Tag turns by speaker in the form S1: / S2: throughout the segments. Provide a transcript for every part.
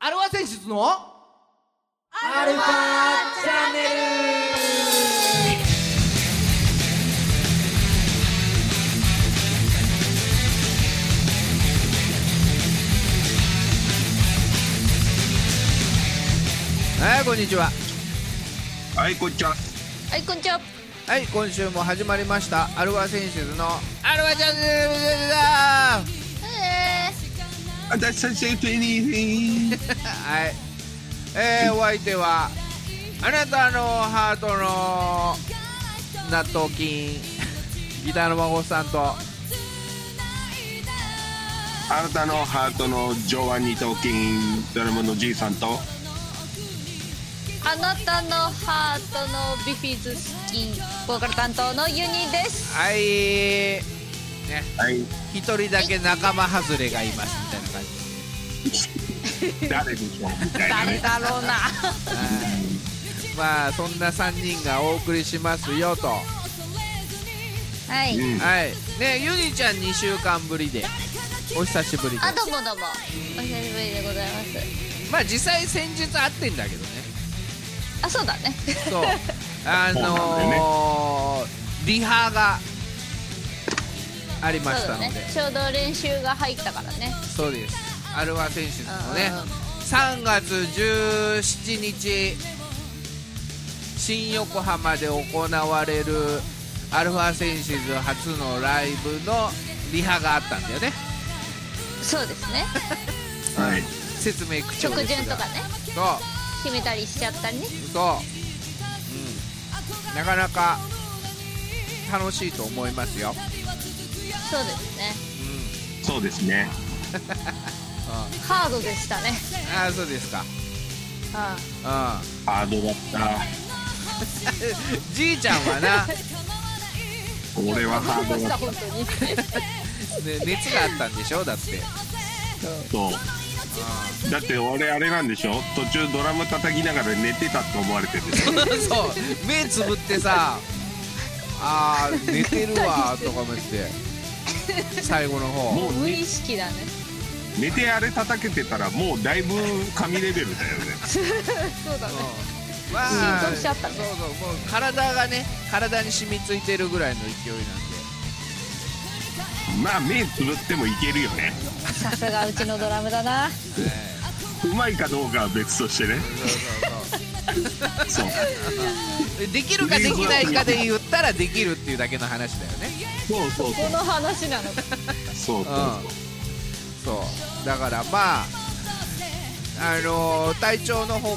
S1: アルファ選出のアルファチャンネルはいこんにちは
S2: はい、こんにちは。
S3: はい、こんにちは。
S1: はい今週も始まりましたアルファ選出のアルファチャンネルだ
S3: えー、
S2: 私たちフェニーフェニー。
S1: はい、えー、お相手はあなたのハートの納豆菌 ギターの孫さんと
S2: あなたのハートの上腕二頭筋、ドラムのじいさんと。
S3: あなたのハートのビフィズスキンボーカル担当のユニです。
S1: はいね
S2: はい。
S1: 一人だけ仲間外れがいますみたいな感じ
S2: 誰でしょうみたいな
S3: 誰
S2: ね。
S3: だろうな。
S1: はいまあそんな3人がお送りしますよとは
S3: はい。
S2: うん。
S1: いねゆにちゃん2週間ぶりでお久しぶりで
S3: あ、どうもどうも。お久しぶりでございます。
S1: まあ実際先日会ってんだけどね
S3: あ、そうだね。
S1: そうあのーリハがありまし
S3: そう
S1: た
S3: だ
S1: ので
S3: ね。ちょうど練習が入ったからね。
S1: そうですアルファ選手のね
S3: うんうんうん
S1: 3月17日新横浜で行われるアルファ選手初のライブのリハがあったんだよね
S3: そうですね。
S2: はい。
S1: 説明口調
S3: 直
S1: ですが
S3: 前とかね。
S1: そう
S3: 決めたりしちゃったりね。
S1: そう、うん、なかなか楽しいと思いますよ、
S3: そうですね。
S1: うん、
S2: そうですね。
S1: あ
S3: ハードでしたね。
S1: あーそうですか
S3: あ
S1: う
S2: ハードだった。
S1: んじいちゃんはな、ね、
S2: 俺はハ
S3: あ。どう
S2: ード
S3: し
S2: だ
S3: た
S2: っ
S3: 本当に。
S1: 熱があったんでしょだって
S2: たそう。だって俺あれなんでしょ途中ドラム叩きながら寝てたって思われてるでしょ
S1: そう目つぶってさあー寝てるわーとか思って最後の方
S2: もう
S3: 無
S2: ね
S3: 意識だね。
S2: 寝てあれ叩けてたらもうだいぶ神レベルだよね
S3: そうだね。
S1: うんまあ
S3: 浸透しちゃったね
S1: そうそうもう体がね体に染みついてるぐらいの勢いなんで
S2: まあ目つぶってもいけるよね
S3: さすがうちのドラムだな。
S2: うまいかどうかは別としてねそう
S1: でできるかできないかで言ったらできるっていうだけの話だよね
S2: そうそう
S3: この話なのか。
S2: そうそう
S1: そうだからまああのー体調の方も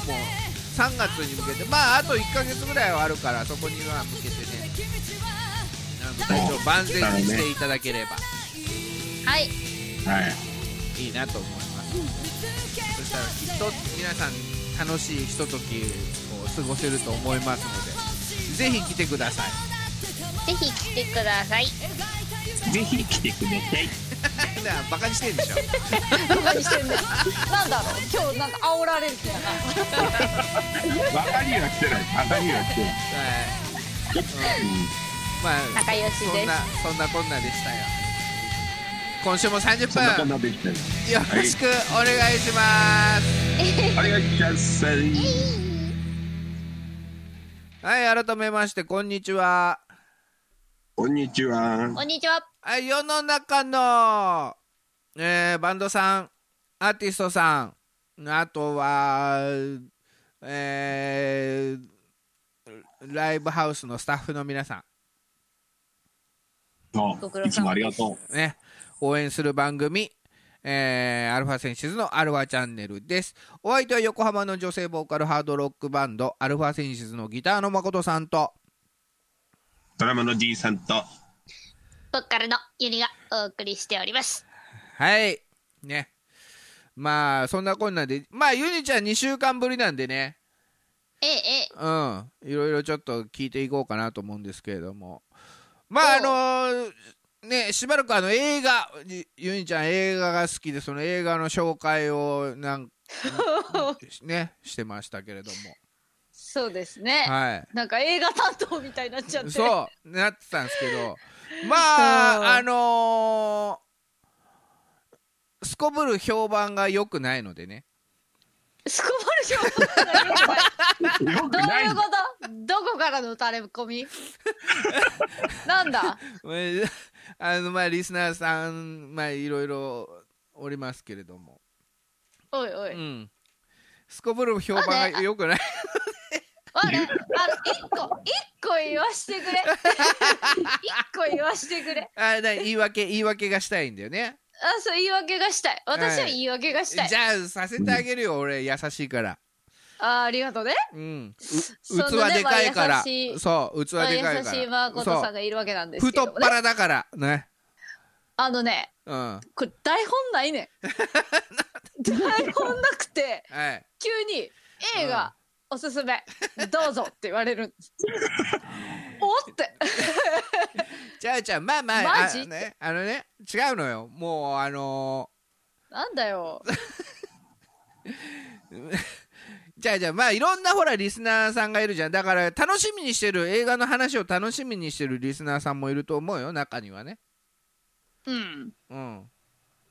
S1: 3月に向けてまああと1ヶ月ぐらいはあるからそこには向けてねあの体調万全にしていただければ
S3: はい。
S2: はい
S1: いいなと思います、そしたらきっと皆さん楽しいひとときを過ごせると思いますのでぜひ来てください
S3: ぜひ来てください。
S2: ぜひ来てください。
S1: なあバカにしてんでしょ
S3: 何してんだ。なんだろう。今日なんか煽られる気だな。
S2: バカにはしてない。バカにはしてな
S1: は
S2: い。
S1: いまあ
S3: 仲良しです
S1: そんなそんなこんなでしたよ今週も30
S2: そんなこ
S1: 分
S2: んなできたよ。
S1: よろしくお願いします
S2: お願いします。
S1: はい、改めましてこんにちは
S2: こんにちは
S3: こ。んにちは。
S1: はい世の中の、えーバンドさんアーティストさんあとはえーライブハウスのスタッフの皆さ
S3: ご苦
S2: そ
S3: 労
S2: う
S3: 様
S2: いつもありがと
S1: んね応援する番組えーアルファセンシズのアルファチャンネルですお相手は横浜の女性ボーカルハードロックバンドアルファセンシズのギターの誠さんと
S2: う。ドラマのじいさんと。
S3: ボッカルのユニがお送りしております。
S1: はい。ね。まあ、そんなこんなで、まあ、ゆにちゃん2週間ぶりなんでね、
S3: ええええ。
S1: うん、いろいろちょっと聞いていこうかなと思うんですけれども、まあ、あ
S3: お
S1: のね、しばらくあの映画、ゆゆにちゃん映画が好きで、その映画の紹介をなん、ね、してましたけれども、
S3: そうですね。
S1: はい。
S3: なんか映画担当みたいになっちゃって。
S1: そう、なってたんですけど、まあ、あ
S3: うん
S1: のーすこぶる評判が良くないのでね。
S3: すこまるしょう
S2: よく
S3: どう
S2: ないいう
S3: ことどこからの垂れ込みなんだ
S1: えーあのまあリスナーさんまあいろいろおりますけれども、
S3: おいお
S1: う
S3: い。
S1: ん、すこぶる評判が良くない
S3: あれ、あの、一個、一個言わし てくれ。一個言わしてくれ。
S1: あな言い訳言い訳がしたいんだよね
S3: あ、そう、言い訳がしたい。私は
S1: はい
S3: 言い訳がしたい。
S1: じゃあさせてあげるよ、俺優しいから
S3: あありがとうね。
S1: うん
S3: その
S1: 器でかいから、
S3: まあ優しい
S1: そう器
S3: まあ
S1: でかい
S3: 優
S1: か
S3: しい
S1: ら
S3: 誠さんがいるわけなんですけ
S1: 太
S3: ど、
S1: っ
S3: ね、
S1: 腹だからね
S3: あのね
S1: うんは
S3: これ台本ないねん台本なくて
S1: い
S3: 急に映画、おすすめどうぞって言われる んですおって
S1: じゃあじゃあまあまあ
S3: マジ
S1: あ,、ね、あのね違うのよもうあの
S3: なんだよ
S1: ーじゃあじゃあまあいろんなほらリスナーさんがいるじゃんだから楽しみにしてる映画の話を楽しみにしてるリスナーさんもいると思うよ中にはね
S3: うん
S1: うん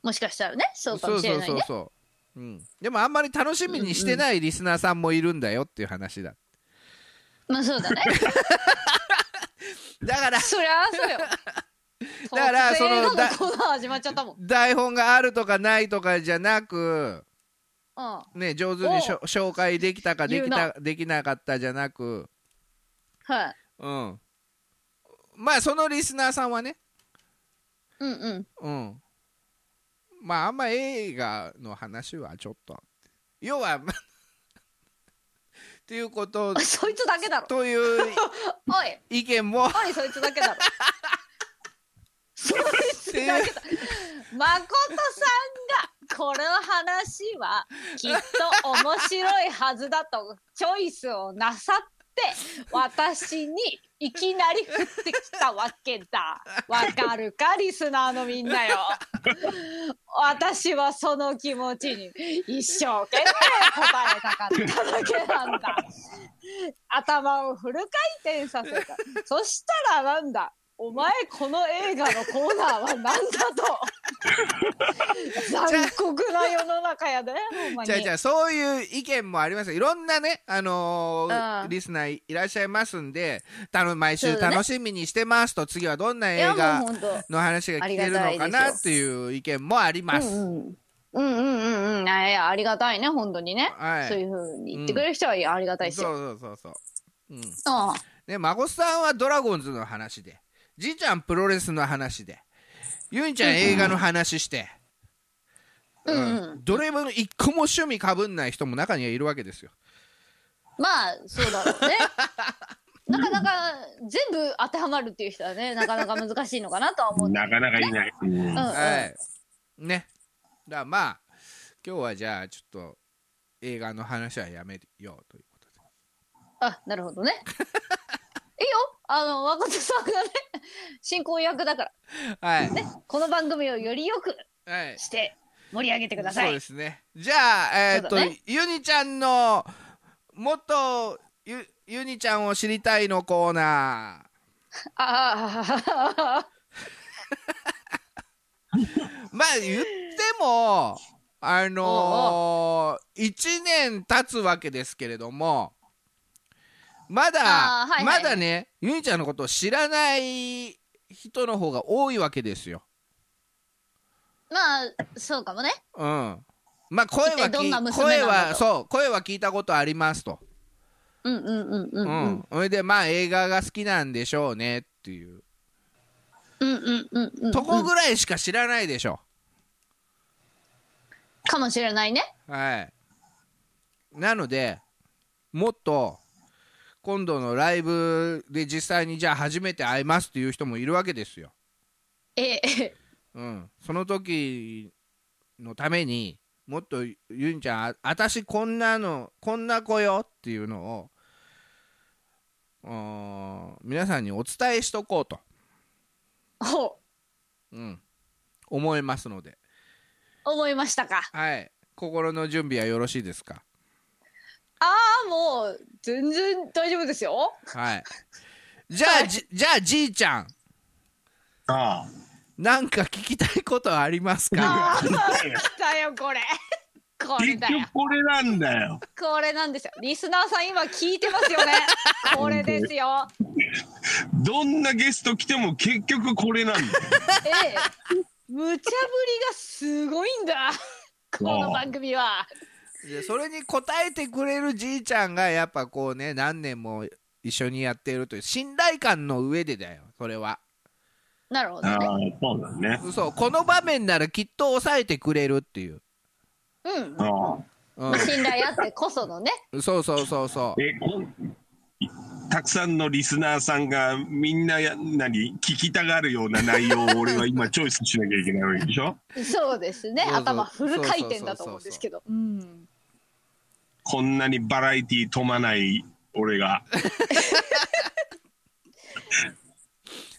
S3: もしかしたらねそうかもし
S1: そ
S3: れ
S1: う
S3: ない
S1: そう
S3: ね
S1: そう、うん、でもあんまり楽しみにしてないリスナーさんもいるんだよっていう話だ
S3: まあそうだね
S1: だから
S3: そりゃそうよ
S1: だからその
S3: 突然
S1: だ
S3: 映画のコーナー始まっちゃったもん、
S1: 台本があるとかないとかじゃなく
S3: うん、
S1: ね上手にしょ紹介できたかでき
S3: 言
S1: たできなかったじゃなく
S3: はい
S1: うんまあそのリスナーさんはね
S3: うんうん
S1: うんまああんま映画の話はちょっと要 はまあっていうこと
S3: おいそいつだけだろ
S1: という
S3: おい
S1: 意見 も
S3: おいそいつだけだろそいつだけだまことさんがこの話はきっと面白いはずだとチョイスをなさって私にいきなり降ってきたわけだわかるかリスナーのみんなよ私はその気持ちに一生懸命答えたかっただけなんだ頭をフル回転させたそしたらなんだお前この映画のコーナーはなんだと残酷な世の中やでほんまに
S1: じゃあじゃあそういう意見もありますいろんなね、あのー
S3: うん
S1: リスナーいらっしゃいますんでたの毎
S3: そ
S1: 週
S3: うだね
S1: 楽しみにしてますと、次はどんない映
S3: や
S1: 画
S3: もう本当
S1: の話が聞ける
S3: あ
S1: の
S3: り
S1: か
S3: がたい
S1: な
S3: ですよ
S1: っていう意見もあります。
S3: うんうんうんうんうんいやいやありがたいね本当にね、
S1: はい
S3: そういうふうに言ってくれる人はありがたいです
S1: そ
S3: よ、
S1: うそうそうそう。うん、
S3: あ
S1: ね孫さんはドラゴンズの話でじいちゃんプロレスの話でゆいちゃん映画の話して、
S3: あうんうん、
S1: どれも一個も趣味かぶんない人も中にはいるわけですよ。
S3: まあそうだろうね なかなか全部当てはまるっていう人はねなかなか難しいのかなとは思う
S2: なかなかいない。うん
S3: うんうん
S1: はい。ね。だからまあ、今日はじゃあ、ちょっと映画の話はやめようということで。
S3: あなるほどね いいよあの誠さんがね 進行役だから
S1: はい。
S3: この番組をより良く
S1: はい。
S3: して盛り上げてくださ
S1: そう
S3: い
S1: ですね。じゃあ、えっ、と、
S3: そうだね
S1: ゆにちゃんの、もっとゆ、ゆにちゃんを知りたいのコーナ
S3: ああ
S1: ー。まあ、言っても、あのー、1年経つわけですけれども、まだ、
S3: あーはいは
S1: ま
S3: い
S1: だね、ゆにちゃんのことを知らない人の方が多いわけですよ。
S3: まあそうかもね
S1: うん。まあ声は
S3: 一体ど
S1: 聞
S3: んない娘
S1: 声
S3: なんだ
S1: は
S3: と
S1: そう声は聞いたことありますと。
S3: うんうんうんう
S1: うん
S3: うん
S1: ん。それでまあ映画が好きなんでしょうねっていう
S3: うんうんうんうん
S1: とこぐらいしか知らないでしょ
S3: かもしれないね
S1: う。はい。なのでもっと今度のライブで実際にじゃあ初めて会いますっていう人もいるわけですよ。
S3: ええ
S1: うん。その時のためにもっとゆんちゃんあ私こんなのこんな子よっていうのをうーん皆さんにお伝えしとこうと、
S3: ほ
S1: うん、思いますので、
S3: う思いましたか
S1: はい、心の準備はよろしいですか
S3: ああもう全然大丈夫ですよ
S1: はいじゃあ、じじゃあじいちゃん
S2: ああ。
S1: なんか聞きたいことはありますか
S3: ああだよこれこれ
S2: 結
S3: だよ
S2: 局これなんだよ。
S3: これなんですよリスナーさん今聞いてますよねこれですよ
S2: どんなゲスト来ても結局これなんだよ。
S3: ええ無茶ぶりがすごいんだこの番組は
S1: でそれに応えてくれるじいちゃんがやっぱこうね何年も一緒にやってるという信頼感の上でだよそれは
S3: なるほど
S2: ああ
S3: ね、
S2: そうだね。
S1: そうこの場面ならきっと抑えてくれるっていう、
S3: うん
S2: ああ
S1: うん
S3: 信頼あってこそのね
S1: そうそうそうそう
S2: えこんたくさんのリスナーさんがみんなや何聞きたがるような内容を俺は今チョイスしなきゃいけないわけで しょ
S3: そうですね
S1: そうそう
S3: 頭フル回転だと思うんですけどうん
S2: こんなにバラエティー飛まない俺が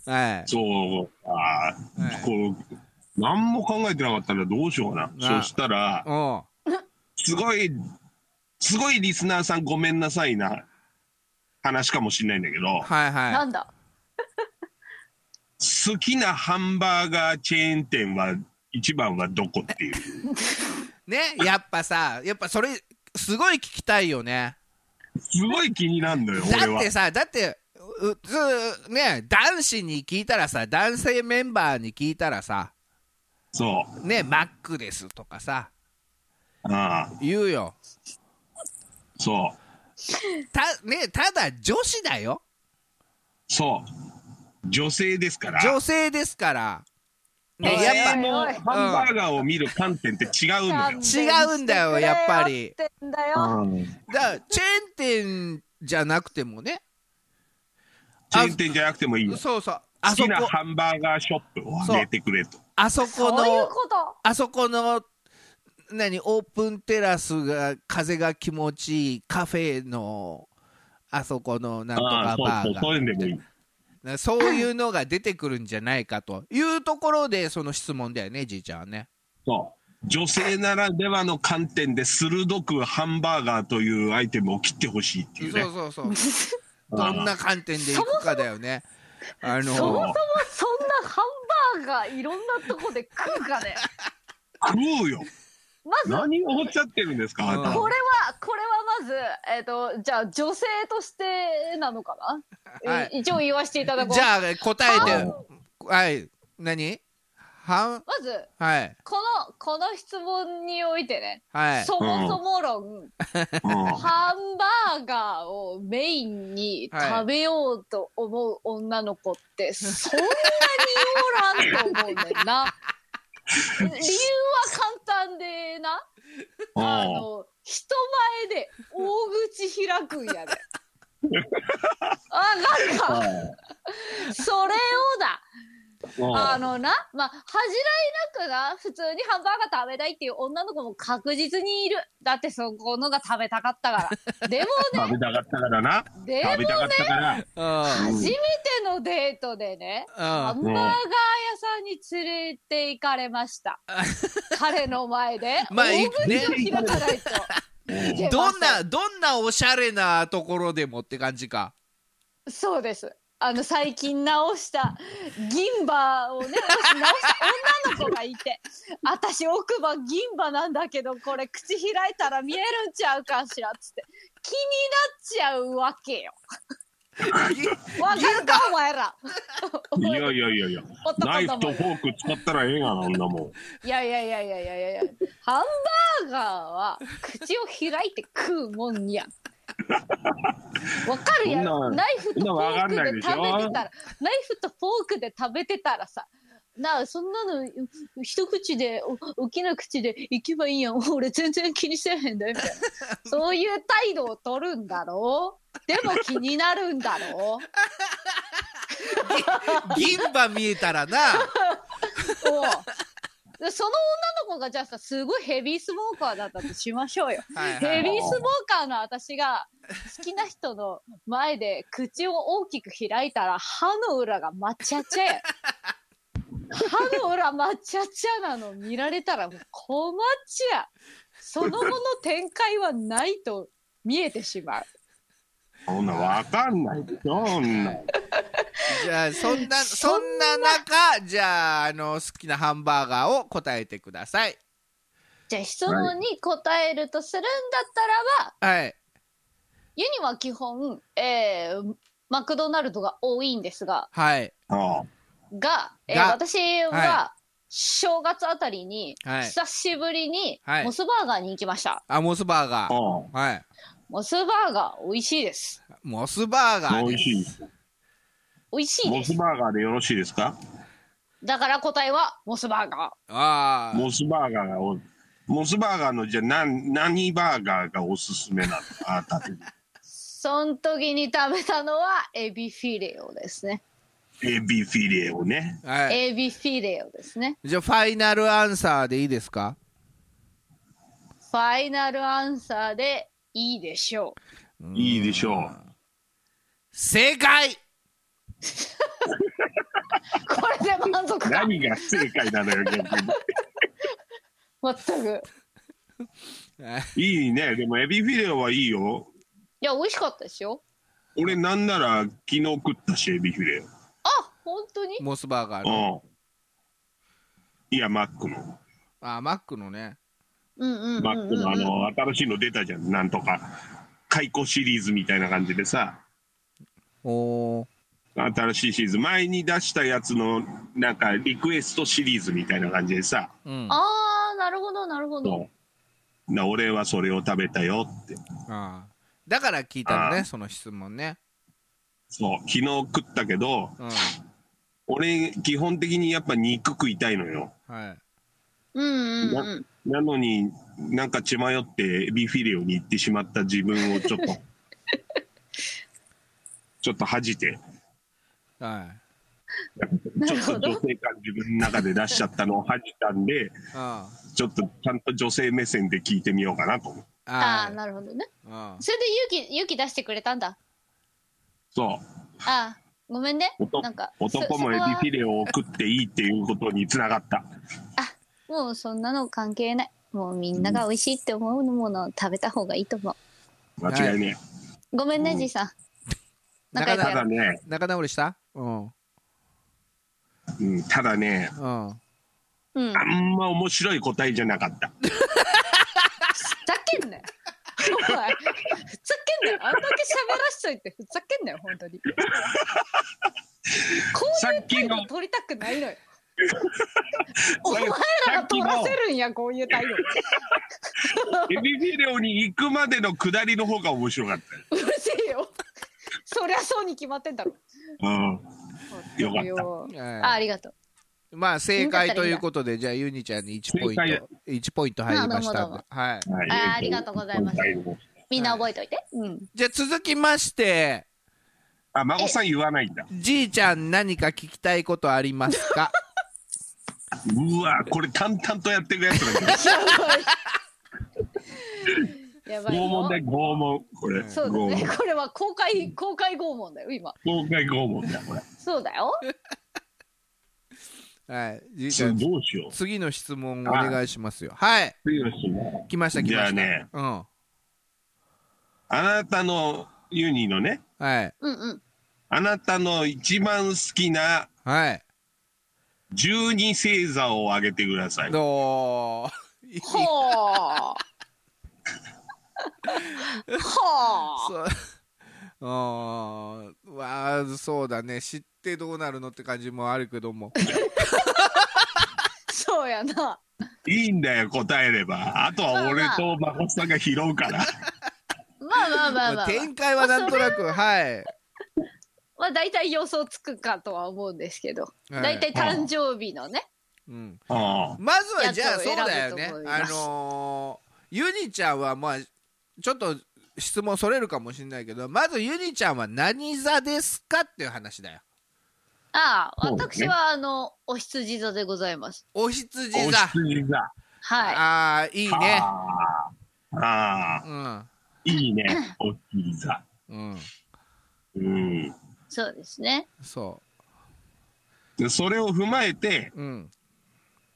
S1: はい
S2: そうあー、
S1: はい
S2: こう何も考えてなかったらどうしようか
S1: あ
S2: なそしたら
S1: うん
S2: すごいすごいリスナーさんごめんなさいな話かもしれないんだけど
S1: はいは
S3: ないんだ
S2: 好きなハンバーガーチェーン店は一番はどこっていう
S1: ねやっぱさやっぱそれすごい聞きたいよね
S2: すごい気になるのよ 俺
S1: だっ
S2: は
S1: て。さだってうつね男子に聞いたらさ男性メンバーに聞いたらさ
S2: そう
S1: ねマックですとかさ
S2: ああ、
S1: 言うよ
S2: そう、
S1: たねただ女子だよ
S2: そう。女性ですから。
S1: 女性ですからね
S2: 女
S3: おい
S1: や
S2: 性
S1: っ
S2: の
S3: おいおい
S2: ハンバーガーを見る観点って違うのよ。
S1: 違うんだよやっぱり
S3: 勘弁してくれよってんだよ
S2: うん
S1: ぱだからチェーン店じゃなくてもね
S2: チェーン店じゃなくてもいいよ。
S1: そうそうあ
S2: 好
S1: そ
S2: きな
S1: こ
S2: ハンバーガーショップを挙げてくれと。
S1: あそこ
S3: そういう
S1: の
S3: こと
S1: あそこの何オープンテラスが風が気持ちいいカフェのあそこのなんと
S2: あ
S1: か
S2: あ、
S1: バ
S2: そ
S1: ー
S2: うそ
S1: ガ
S2: う、そういう
S1: ー
S2: んでもいい。
S1: なそういうのが出てくるんじゃないかというところでその質問だよねじいちゃんはね
S2: そう。女性ならではの観点で鋭くハンバーガーというアイテムを切ってほしいって
S1: そ
S2: いううね。
S1: そうそうどんな観点でいくかだよねあ
S3: そもそ
S1: の
S3: もそんなハンバーガーいろんなとこで食うかね
S2: 食うよ。
S3: まず
S2: 何をおっしゃってるんですか、あなた
S1: うん
S3: これはこれはまずえっ、とじゃあ女性としてなのかな、
S1: はい
S3: い一応言わせていただこう
S1: じゃあ答え
S2: は
S1: て
S2: い
S1: はい何はん
S3: まず
S1: はい
S3: このこの質問においてね、
S1: はい
S3: そもそも論、
S2: うん
S3: ハンバーガーをメインに食べようと思う女の 子ってそんなにおらんと思うねんな理由は簡単でなあ
S2: うん
S3: の人前で大口開くんやで。あなんかそれをだ
S2: うん
S3: あのなまあ恥じらいなくな普通にハンバーガー食べたいっていう女の子も確実にいるだってそこのが食べたかっ たからでもね
S2: 食べたかったからな。
S3: で
S2: 食べ
S3: も
S2: たかったから。
S1: うん
S3: 初めてのデートでねハン
S1: う
S3: バーガー屋さんに連れて行かれました彼の前で
S1: まあ
S3: 大口を開かないといけ
S1: ん
S3: ませ
S1: どんなどんなおしゃれなところでもって感じか
S3: そうです。あの最近直した銀歯をね直した女の子がいて私奥歯銀歯なんだけどこれ口開いたら見えるんちゃうかしらっつって気になっちゃうわけ よわかるかお前ら
S2: いやいやいやいや、
S3: 男
S2: ナイ
S3: ど
S2: フと
S3: も
S2: フォーク使ったらええがな、あんなもん。
S3: いやいやいやいやいやいやいやハンバーガーは口を開いて食うもんやわかるや
S2: そ
S3: ろ
S2: んな
S3: ナイフとフォークで食べてた
S2: そんなわかんないでしょ
S3: らナイフとフォークで食べてたらさなあそんなのう一口でお大きな口で行けばいいやん俺全然気にせえへんだよみたいなそういう態度を取るんだろうでも気になるんだろう
S1: 銀歯見えたらな
S3: おうでその女の子がじゃあさすごいヘビースモーカーだったとしましょうよ
S1: はいは
S3: ヘ
S1: い
S3: ビースモーカーの私が好きな人の前で口を大きく開いたら歯の裏がまちゃちゃや。歯の裏まちゃちゃなの見られたらもう困っちゃう。その後の展開はないと見えてしまう。
S2: そんなわかんないでしょ、そんな。
S1: じゃあそんなそ
S3: そ
S1: ん
S3: ん
S1: な中じゃああの好きなハンバーガーを答えてください
S3: じゃあ質問に答えるとするんだったらば、
S1: はい
S3: ユニは基本、えー、マクドナルドが多いんですが、
S1: はい
S2: ああ
S3: が、えー
S1: が
S3: 私
S1: は
S3: は、正月あたりに、
S1: はい
S3: 久しぶりに
S1: はい、
S3: モスバーガーに行きました。
S1: あモスバーガー
S2: あ
S1: はい
S3: モスバーガー、美味しいです。
S1: モスバーガ
S2: あ
S1: ー
S2: 美
S1: で
S2: 味しいです
S3: 美味しい
S2: モ
S3: です
S2: ス。バーガーでよろしいですか
S3: だから答えは、モスバーガ
S1: ああ
S2: モスバーガーがおモスバーガーのじゃあ何何バーガーがおすすめなのあなた的に
S3: ー。その時に食べたのは、エビフィレオですね。
S2: エビフィレオね
S1: はい
S3: エビフィレオですね。
S1: じゃあファイナルアンサーでいいですか
S3: ファイナルアンサーで、いいで しょう。
S2: いいでしょう
S1: 正解
S3: これで満足か。
S2: 何が正解なのよ逆に
S3: 全く。
S2: いいねでもエビフィレオはいいよ
S3: いや、美味しかったですよ。
S2: 俺なんなら昨日食ったしエビフィレ
S3: あ、本当に
S1: モスバーガーの
S2: オうんいやマックの
S1: あマックのね
S3: うんうんうん
S2: マックのあ
S3: うんうん。
S2: の新しいの出たじゃんなんとか解雇シリーズみたいな感じでさ
S1: おー
S2: 新しいシリーズ前に出したやつのなんかリクエストシリーズみたいな感じでさ
S1: うんあ
S3: あー、なるほど、なるほど。
S2: そうな俺はそれを食べたよって
S1: あだから聞いたの
S2: あ
S1: ね
S2: ー
S1: その質問ね
S2: そう昨日食ったけど
S1: うん
S2: 俺基本的にやっぱ肉食いたいのよ
S1: はい
S3: うんうんうん。
S2: なのになんか血迷ってエビフィレオに行ってしまった自分をちょっ とちょっと恥じて
S1: はい
S3: な
S2: ちょ
S3: る
S2: っと
S3: ほど
S2: 女性感自分の中で出しちゃったのを恥じたんで
S1: あ
S2: ちょっとちゃんと女性目線で聞いてみようかなと思う
S1: あ
S3: あ
S1: あ
S3: ー、なるほどね。
S1: あ
S3: それで勇気、勇気出してくれたんだ。
S2: そ
S3: ああ、ごめんね
S2: う。男
S3: なんか、
S2: 男もエビフィレオを食っていいっていうことにつながった
S3: もうそんなの関係ない。もうみんなが美味しいって思うものを食べた方がいいと思
S2: 間違いね
S3: う。ごめんね、じいさん。仲良く
S2: えた
S3: や
S2: だ
S3: ろう。
S2: ね、
S1: 仲直りしたうん
S2: うん、ただね
S1: うん
S3: うん。ふ
S2: あんま面白い答えじゃなかった
S3: ざけんなよ。おい、ふざけんなよ。あんだけ喋らしといて、ふざけんなよ、本当に。こ
S2: さ
S3: ういう
S2: っ
S3: 態
S2: き
S3: 度
S2: の
S3: 取りたくないのよ。お
S2: さ
S3: 前らが取らせるんや、こういう態度。
S2: エビフィレオに行くまでの下りの方が面白かっ
S3: うるせえよ。そりゃそうに決まってんだろ。
S2: たよ。よかった
S3: ったあ
S1: は
S3: あ
S1: い
S3: りがとう。
S1: まあ正解ということでじゃあユニちゃんに1ポイン
S2: 正
S1: ト1ポイント入りまし
S3: まあ
S1: た
S3: どうんもど
S1: で、はい、
S2: うん。はい
S3: あーありがとうございますみんな
S1: はい
S3: 覚えておいて。うん。
S1: じゃあ続きまして
S2: あ、孫さん言わないんだ。
S1: じいちゃん何か聞きたいことあります か
S2: うわ、これ淡々とやっていくやつだけど。
S3: やばい
S2: 拷問
S3: よ
S2: だ。よ、拷問。これ。
S3: そう
S2: 拷
S3: だね。
S2: 問。
S3: これは公開、公開拷問だよ、今。
S2: 公開拷問だよ、これ。
S3: そうだよ。
S1: はいじいち
S2: そ
S1: ゃ
S2: うんどうしよう。
S1: 次の質問お願いしますよはい
S2: 次の質問
S1: 来ました来ました
S2: じゃあね
S1: うん
S2: あなたのユニのね、
S1: はい
S3: うんうん。
S2: あなたの一番好きな
S1: はい
S2: 十二星座をあげてください。
S1: どういい
S3: ほあ。はあ。
S1: そう うーんわあそうだね知ってどうなるのって感じもあるけども
S3: そうやな。
S2: いいんだよ、答えれば。あとは俺と孫さんが拾うから。
S3: まあまあまあまあ、まあ。
S1: 展開はなんとなくはい
S3: まあ大体予想つくかとは思うんですけど。
S1: はい
S3: 大体誕生日のね。
S1: うん、
S2: あ
S1: まずはじゃあ
S3: やつを
S1: そう
S3: 選ぶ
S1: だよね
S3: と思い
S1: あ
S3: ます
S1: のーユニちゃんはまあちょっと質問それるかもしれないけどまずユニちゃんは何座ですかっていう話だよ
S3: ああ、
S2: そうです
S3: 私
S2: ね
S3: はあの、お羊座でございます。
S1: お羊
S2: あ。お
S1: 座
S2: 羊座。
S3: はい。
S1: ああいいね
S2: あーあ
S1: うん
S2: ー、いいね。おじいさ
S1: うん
S2: ん。うん。
S3: そうですね。
S1: そ
S2: でそれを踏まえて、
S1: ううん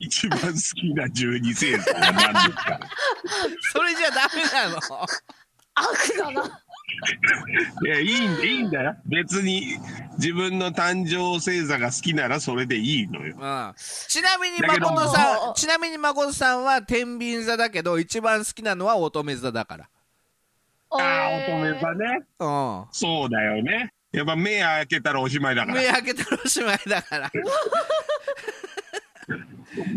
S2: 一番好きな十二星座は何ですか
S1: それじゃダメなの
S3: 悪だな。
S2: いやいいんいいんだよ別に自分の誕生星座が好きならそれでいいのよ
S1: うん、ちなみに
S2: だけど
S1: 誠さ
S3: も
S1: ん
S3: う
S1: ちなみに誠さんは天秤座だけど一番好きなのは乙女座だから
S2: ああ乙女座
S3: ん。
S2: ね
S1: うん
S2: そうだよねやっぱ目開けたらおしまいだから
S1: 目開けたらおしまいだから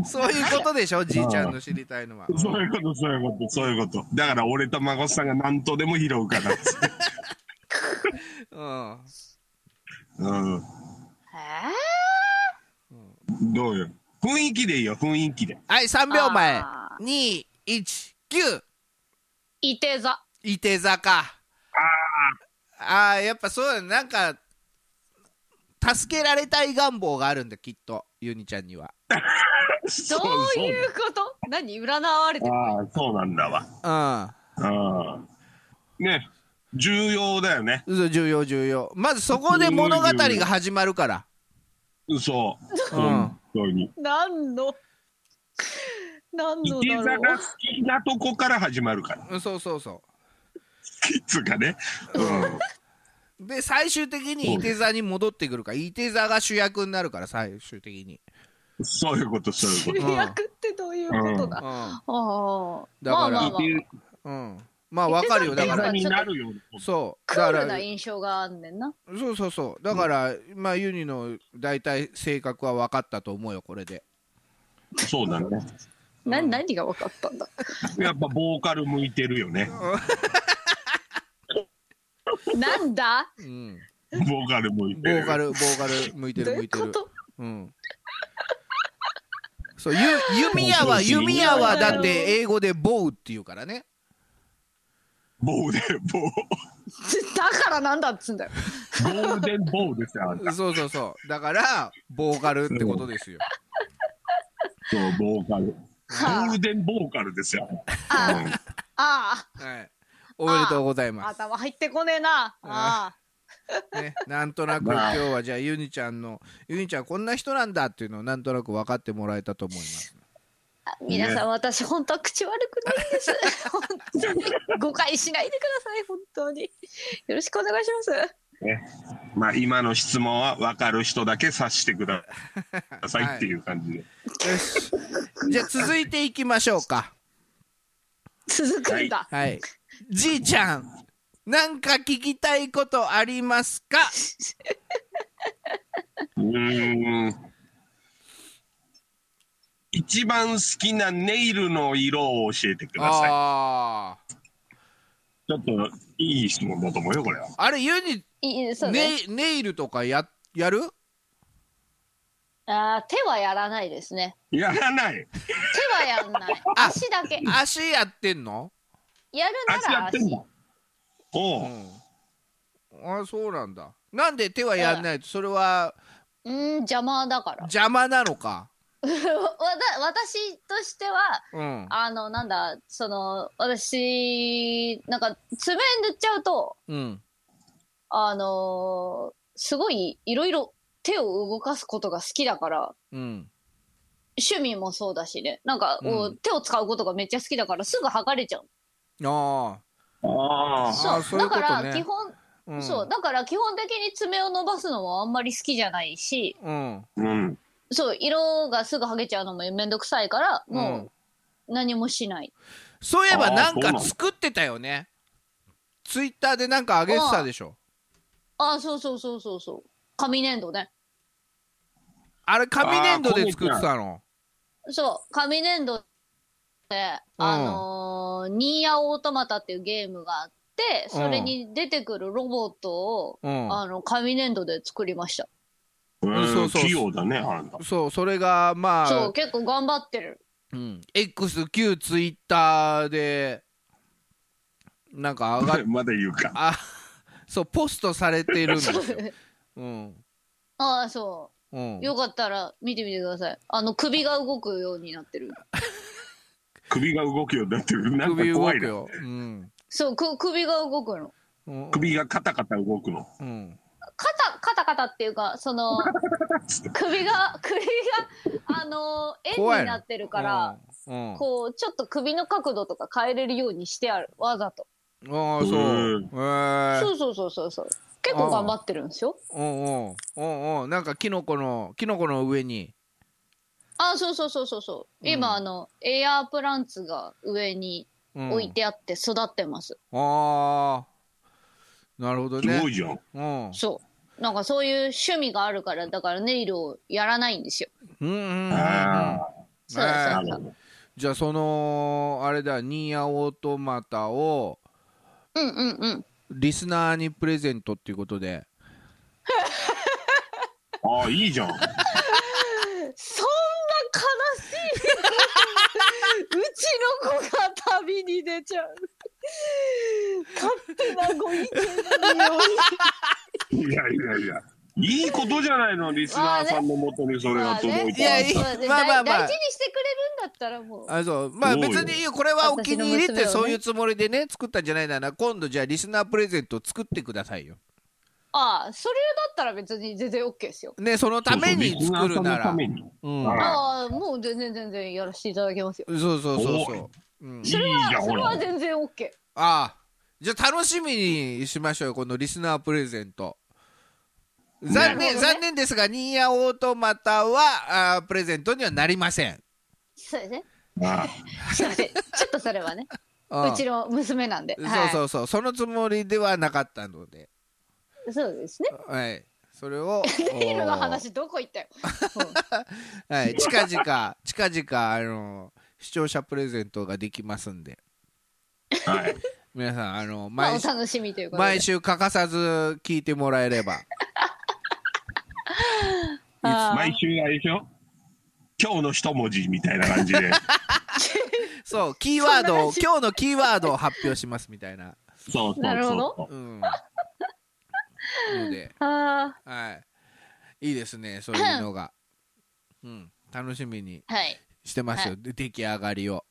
S1: そういうことでしょじいちゃんの知りたいのは
S2: そういうことそういうことそういうことだから俺と孫さんが何とでも拾うからっつって
S1: うん
S2: うん
S3: え
S2: どうよ雰囲気でいいよ雰囲気で
S1: はい3秒前
S3: あ
S1: 219
S3: ーいて座。
S1: いて座かああーやっぱそうだねなんか助けられたい願望があるんだきっとゆにちゃんには
S3: ど
S2: そうそ
S3: いうこと何占われてる
S2: ああそうなんだわ
S1: うん
S2: うんね重要だよね
S1: そう重要重要まずそこで物語が始まるから
S2: 嘘
S1: うん
S2: 本当に
S3: 何の何の
S2: 池
S3: だ
S2: 座
S3: ろう
S2: が好きなとこから始まるから
S1: うんそうそうそ
S2: キッズがねう
S1: うで最終的にいて座に戻ってくるからいて座が主役になるから最終的に
S2: んそういうことそういう
S3: 主
S2: こと
S3: 役ってどういうことだ、
S1: う
S3: ああ
S1: だから
S3: まあまあまあ
S2: 池
S1: ん、うん、まあわかるよだか
S2: 座
S1: ら
S2: になるようなこと
S1: そう
S3: ク
S1: だ
S3: ー
S1: か
S3: ルな
S1: ら
S3: 印象があんねんな
S1: そうそうそうだから、まあユニの大体性格は分かったと思うよこれで
S2: そうだね
S3: な何が分かったんだ
S2: やっぱボーカル向いてるよね
S3: なんだ
S1: うん
S2: ボーカル向い
S1: ボ
S2: てる
S1: ーカルボーカル向いて
S3: ど
S1: る
S3: う
S1: 向
S3: い
S1: いうて
S3: こ
S1: る
S3: と
S1: うんそうゆ弓矢は弓矢はだって英語でボウっていうからね
S2: ボーでボー
S3: だからなんだっつうんだよ
S2: ゴールデンボーですよ、あんた。
S1: そうそうそうだからボーカルってことですよ
S2: そう、ボーカル。ゴ
S3: はあ
S2: ールデンボーカルですよ。
S3: ああ
S1: はいおめでとうござい
S3: あ
S1: ます
S3: 頭入ってこねえなあ
S1: ね、なんとなく今
S2: まあ
S1: 日はじゃあユニちゃんのユニちゃんこんな人なんだっていうのをなんとなく分かってもらえたと思います
S3: あ皆さん、私本当は口悪くないんです 本当に誤解しないでください本当によろしくお願いします
S2: うんねまあ、今の質問は分かる人だけ察してくださいっていう感じで。
S1: よしじゃあ続いていきましょうか
S3: 続くんだ、
S1: はいじいちゃんなんか聞きたいことありますか
S2: うーん。一番好きなネイルの色を教えてください。
S1: ああ
S2: ちょっといい質問だと思うよ、これは。
S1: あれユニ
S3: いいそうね
S1: ネイネイルとかややる
S3: あー手はやらないですね
S2: やらない。
S3: 手はやんない
S1: あ
S3: 足だけ
S1: 足やってんの
S3: やるな
S2: 足や
S3: ら
S2: って
S3: 足
S2: んだ。
S1: う
S2: おう。
S1: んあそうなんだなんで手はやんないとそれは
S3: うーん邪魔だ からわ
S1: 邪魔なのか
S3: た私としては
S1: うん
S3: あのなんだその私なんか爪塗っちゃうと
S1: うん
S3: あのーすごいいろいろ手を動かすことが好きだから
S1: うん
S3: 趣味もそうだしねなんか、
S1: うん
S3: こう手を使うことがめっちゃ好きだからすぐ剥がれちゃう
S1: あ
S2: ああ。
S3: そ
S1: そう
S3: う
S1: いう
S3: だ
S1: こと
S3: か
S1: ね
S3: ら基本、
S1: あ、ん、
S3: そうだから基本的に爪を伸ばすのもあんまり好きじゃないし
S1: うん
S2: うん。
S3: そう色がすぐ剥げちゃうのもめんどくさいから
S1: う
S3: も
S1: ん
S3: う何もしない、
S1: そういえば
S2: あー
S1: なん
S2: そうな
S1: か
S2: の
S1: 作ってたよねツイッターでなんか上げてたでしょ
S3: あそうそうそうそうそう紙粘土ね
S1: あれ紙粘土で作ってたの
S3: そう紙粘土で、あのーニーヤオートマタっていうゲームがあってそれに出てくるロボットを、
S1: うん
S3: あの紙粘土で作りました、
S2: うん
S1: そうそう
S2: 器用だね、あんた。
S1: そうそれがま
S3: そ
S1: あ
S3: う、結構頑張ってる
S1: うん、XQ ツイッターでなんか上が っ
S2: まだ言うか。
S1: あそうポストされてるんですよ うん
S3: ああそううんよかったら見てみてくださいあの首が動くようになってる
S2: 首が動くようになってる。なんか
S1: 首動
S2: 怖
S1: く
S2: いな。
S1: ようん
S3: そうく首が動くの
S1: うん
S2: 首がカタカタ動くの。
S1: うん
S3: 肩肩肩っていうか その首が首があの
S1: 怖いの
S3: 円になってるから
S1: うんうん
S3: こうちょっと首の角度とか変えれるようにしてあるわざと
S1: ああそう
S2: うん
S1: へえ
S3: そうそうそうそうそう。結構頑張ってるんですよ。
S1: うんうんうんうんなんかキノコのキノコの上に
S3: あ、そうそうそうそうそう。今、
S1: うん
S3: あのエアープランツが上に
S1: うん
S3: 置いてあって育ってます。
S1: ああなるほど
S2: す
S1: ね
S2: ごいじゃん。
S1: うん
S3: そう。なんかそういう趣味があるから、だからネイルをやらないんですよ。
S1: うんうんうんうん
S2: あ
S3: そう
S1: ねえ
S3: そ
S2: あ、な
S3: う
S2: る
S3: そ
S2: ほ
S3: う。
S2: ど。
S1: じゃあそのあれだニーヤオートマタを
S3: うんうんうん。
S1: リスナーにプレゼントっていうことで
S2: ああ、いいじゃん。
S3: そんな悲しい。うちの子が旅に出ちゃう。勝手なご意見のように。
S2: いやいやいや。いいことじゃないの、リスナーさんのもとにそれが届い
S1: いやい
S2: た。
S1: やま
S3: ま
S1: あ
S3: あ
S1: ま
S3: ま
S1: あ
S3: あ
S1: まあ
S3: 大事にしてくれるんだったらもう。
S1: あそうまあ
S2: そうよ
S1: 別にこれはお気に入りっ
S3: 私の
S1: て
S3: 娘をね
S1: そういうつもりでね作ったんじゃないなら今度じゃあリスナープレゼントを作ってくださいよ
S3: ああ、それだったら別に全然 OK ですよ。
S1: ねそのために作るなら
S2: そうそうリスナーさんのために
S1: うん
S2: はい
S3: ああ、もう全然全然やらせていただけますよ。
S1: そうそうそうそう、うん
S2: いい
S3: それ
S2: じゃん、
S3: は、そ
S2: ほ
S3: れ
S2: ら
S3: は。全然 OK。
S1: ああじゃあ楽しみにしましょうよこのリスナープレゼント残
S3: なる
S1: 念、
S3: ほどね
S1: 残念ですがニーヤオートマタはあープレゼントにはなりません
S3: そうですね。
S2: ああ
S3: すいません。ちょっとそれはね、
S1: うん
S3: うちの娘なんで。
S1: そうそううそうそのつもりではなかったので
S3: そうですね。
S1: はいそれ を
S3: ネイルの話どこ行ったよ。
S1: おーはい近々近々あの視聴者プレゼントができますんで
S2: はい。
S1: 皆さんあの
S3: まあ、
S1: 毎
S3: お
S1: 週
S3: 楽しみということで。
S1: 毎週欠かさず聞いてもらえれば
S3: ああ
S2: 毎週あれでしょ今日の一文字みたいな感 じで。
S1: そうキーワードを
S3: そんな話
S1: 今日のキーワードを発表しますみたいな
S2: そうそうそう。
S3: なるほど
S1: うんので
S3: あ
S1: はいいいですねそういうのがうん楽しみに
S3: あはい。
S1: してますよ、で出来上がりを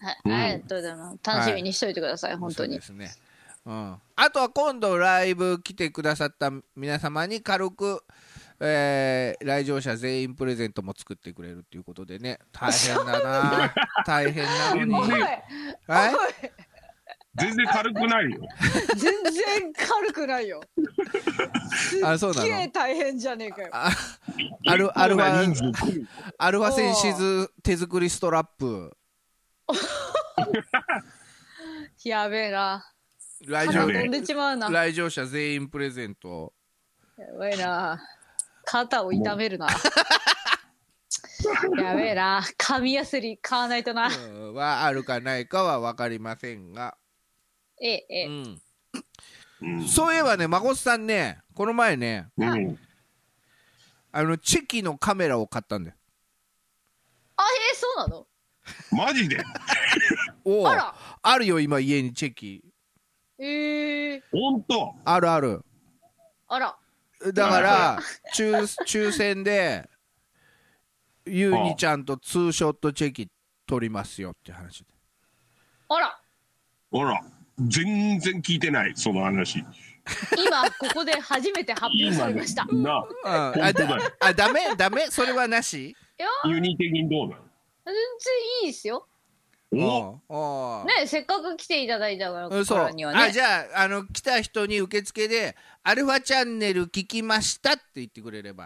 S3: はい、
S2: うん
S3: ありがとうございます。楽しみにしといてください、本当
S1: そう
S3: に
S1: で。すね、うん、あとは今度ライブ来てくださった皆様に軽く、えー来場者全員プレゼントも作ってくれるっていうことでね大変だな大変なのに
S3: おい、
S1: はい
S3: おい
S2: 全然軽くないよ。
S3: 全然軽くないよ。
S1: あそうな
S3: きれ
S1: の
S3: い大変じゃねえかよ。
S1: あアルアル
S2: 結
S1: ファ
S2: 構な人数来る
S1: アルファセンシズ手作りストラップ
S3: やべえな。
S1: 来
S3: 肩
S1: 場
S2: べえ
S3: 飛んでちまうな。や
S1: 来場者全員プレゼント
S3: ばいな。肩を痛めるな。やべえな。紙やすり買わないとな。
S1: うんはあるかないかは分かりませんが、
S3: ええ、え
S1: う
S3: え。
S1: ん、
S2: うん
S1: そういえばね孫さんねこの前ね
S2: うん
S1: あのチェキのカメラを買ったんだよ
S3: あ、ええ、そうなの
S2: マジで
S1: おう
S3: あら
S1: あるよ今家にチェキ
S3: ええ
S2: 本当
S1: あるある
S3: あら。
S1: だから抽抽選でゆうにちゃんとツーショットチェキ取りますよって話で
S3: あら。
S2: ほら、全然聞いてない、その話。
S3: 今、ここで初めて発表されました。
S2: なあ、
S1: うんあ
S2: 本当だよ
S1: だ あダメダメそれはなし
S3: いや、
S2: ユニ的にどうな
S3: 全然いいですよ。
S2: のお
S1: おうおう
S3: ねせっかく来ていただいたから、
S1: うん
S3: か
S1: そう
S3: らには
S1: あ
S3: ね。
S1: じゃああの来た人に受付で「アルファチャンネル聞きました」って言ってくれれば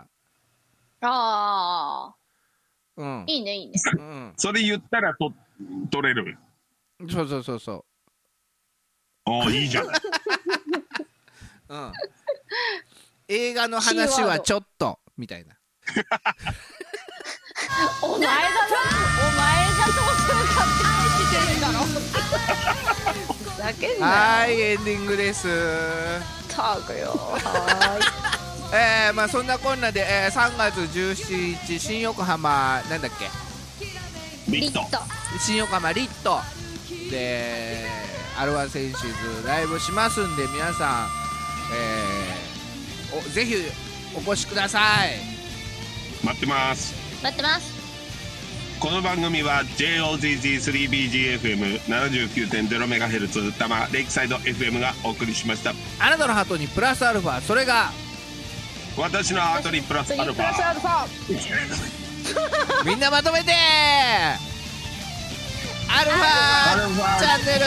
S3: ああ、
S1: うん
S3: いいね、いいね。
S1: うん
S2: それ言ったらと取れる。
S1: そうそうそうそ
S2: ああ、いいじゃ ない。
S1: う うん映画の話はちょっとみたいな
S3: お前が、お前がどうするかって言ってるんだろ。ふざけんな
S1: はいエンディングです
S3: よ。ったくよ。は
S1: えー、まあそんなこんなで、えー、3月17日新横浜なんだっけ
S3: ーい。
S2: ビ
S3: リッ
S2: ット。
S3: ト。
S1: 新横浜リットでアルワ選手ズライブしますんで皆さん、えーおぜひお越しください
S2: 待ってます。
S3: 待ってます。
S2: この番組は JOZZ3BGFM79.0MHz 多摩レイクサイド FM がお送りしました
S1: あなたのハートにプラスアルファそれが
S2: 私のハートにプラスアルファ
S3: アルファ。
S1: みんなまと めてアルファチャンネル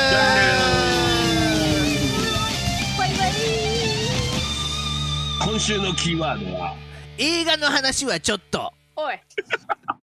S2: 今週のキーワードは
S1: 映画の話はちょっと
S3: おい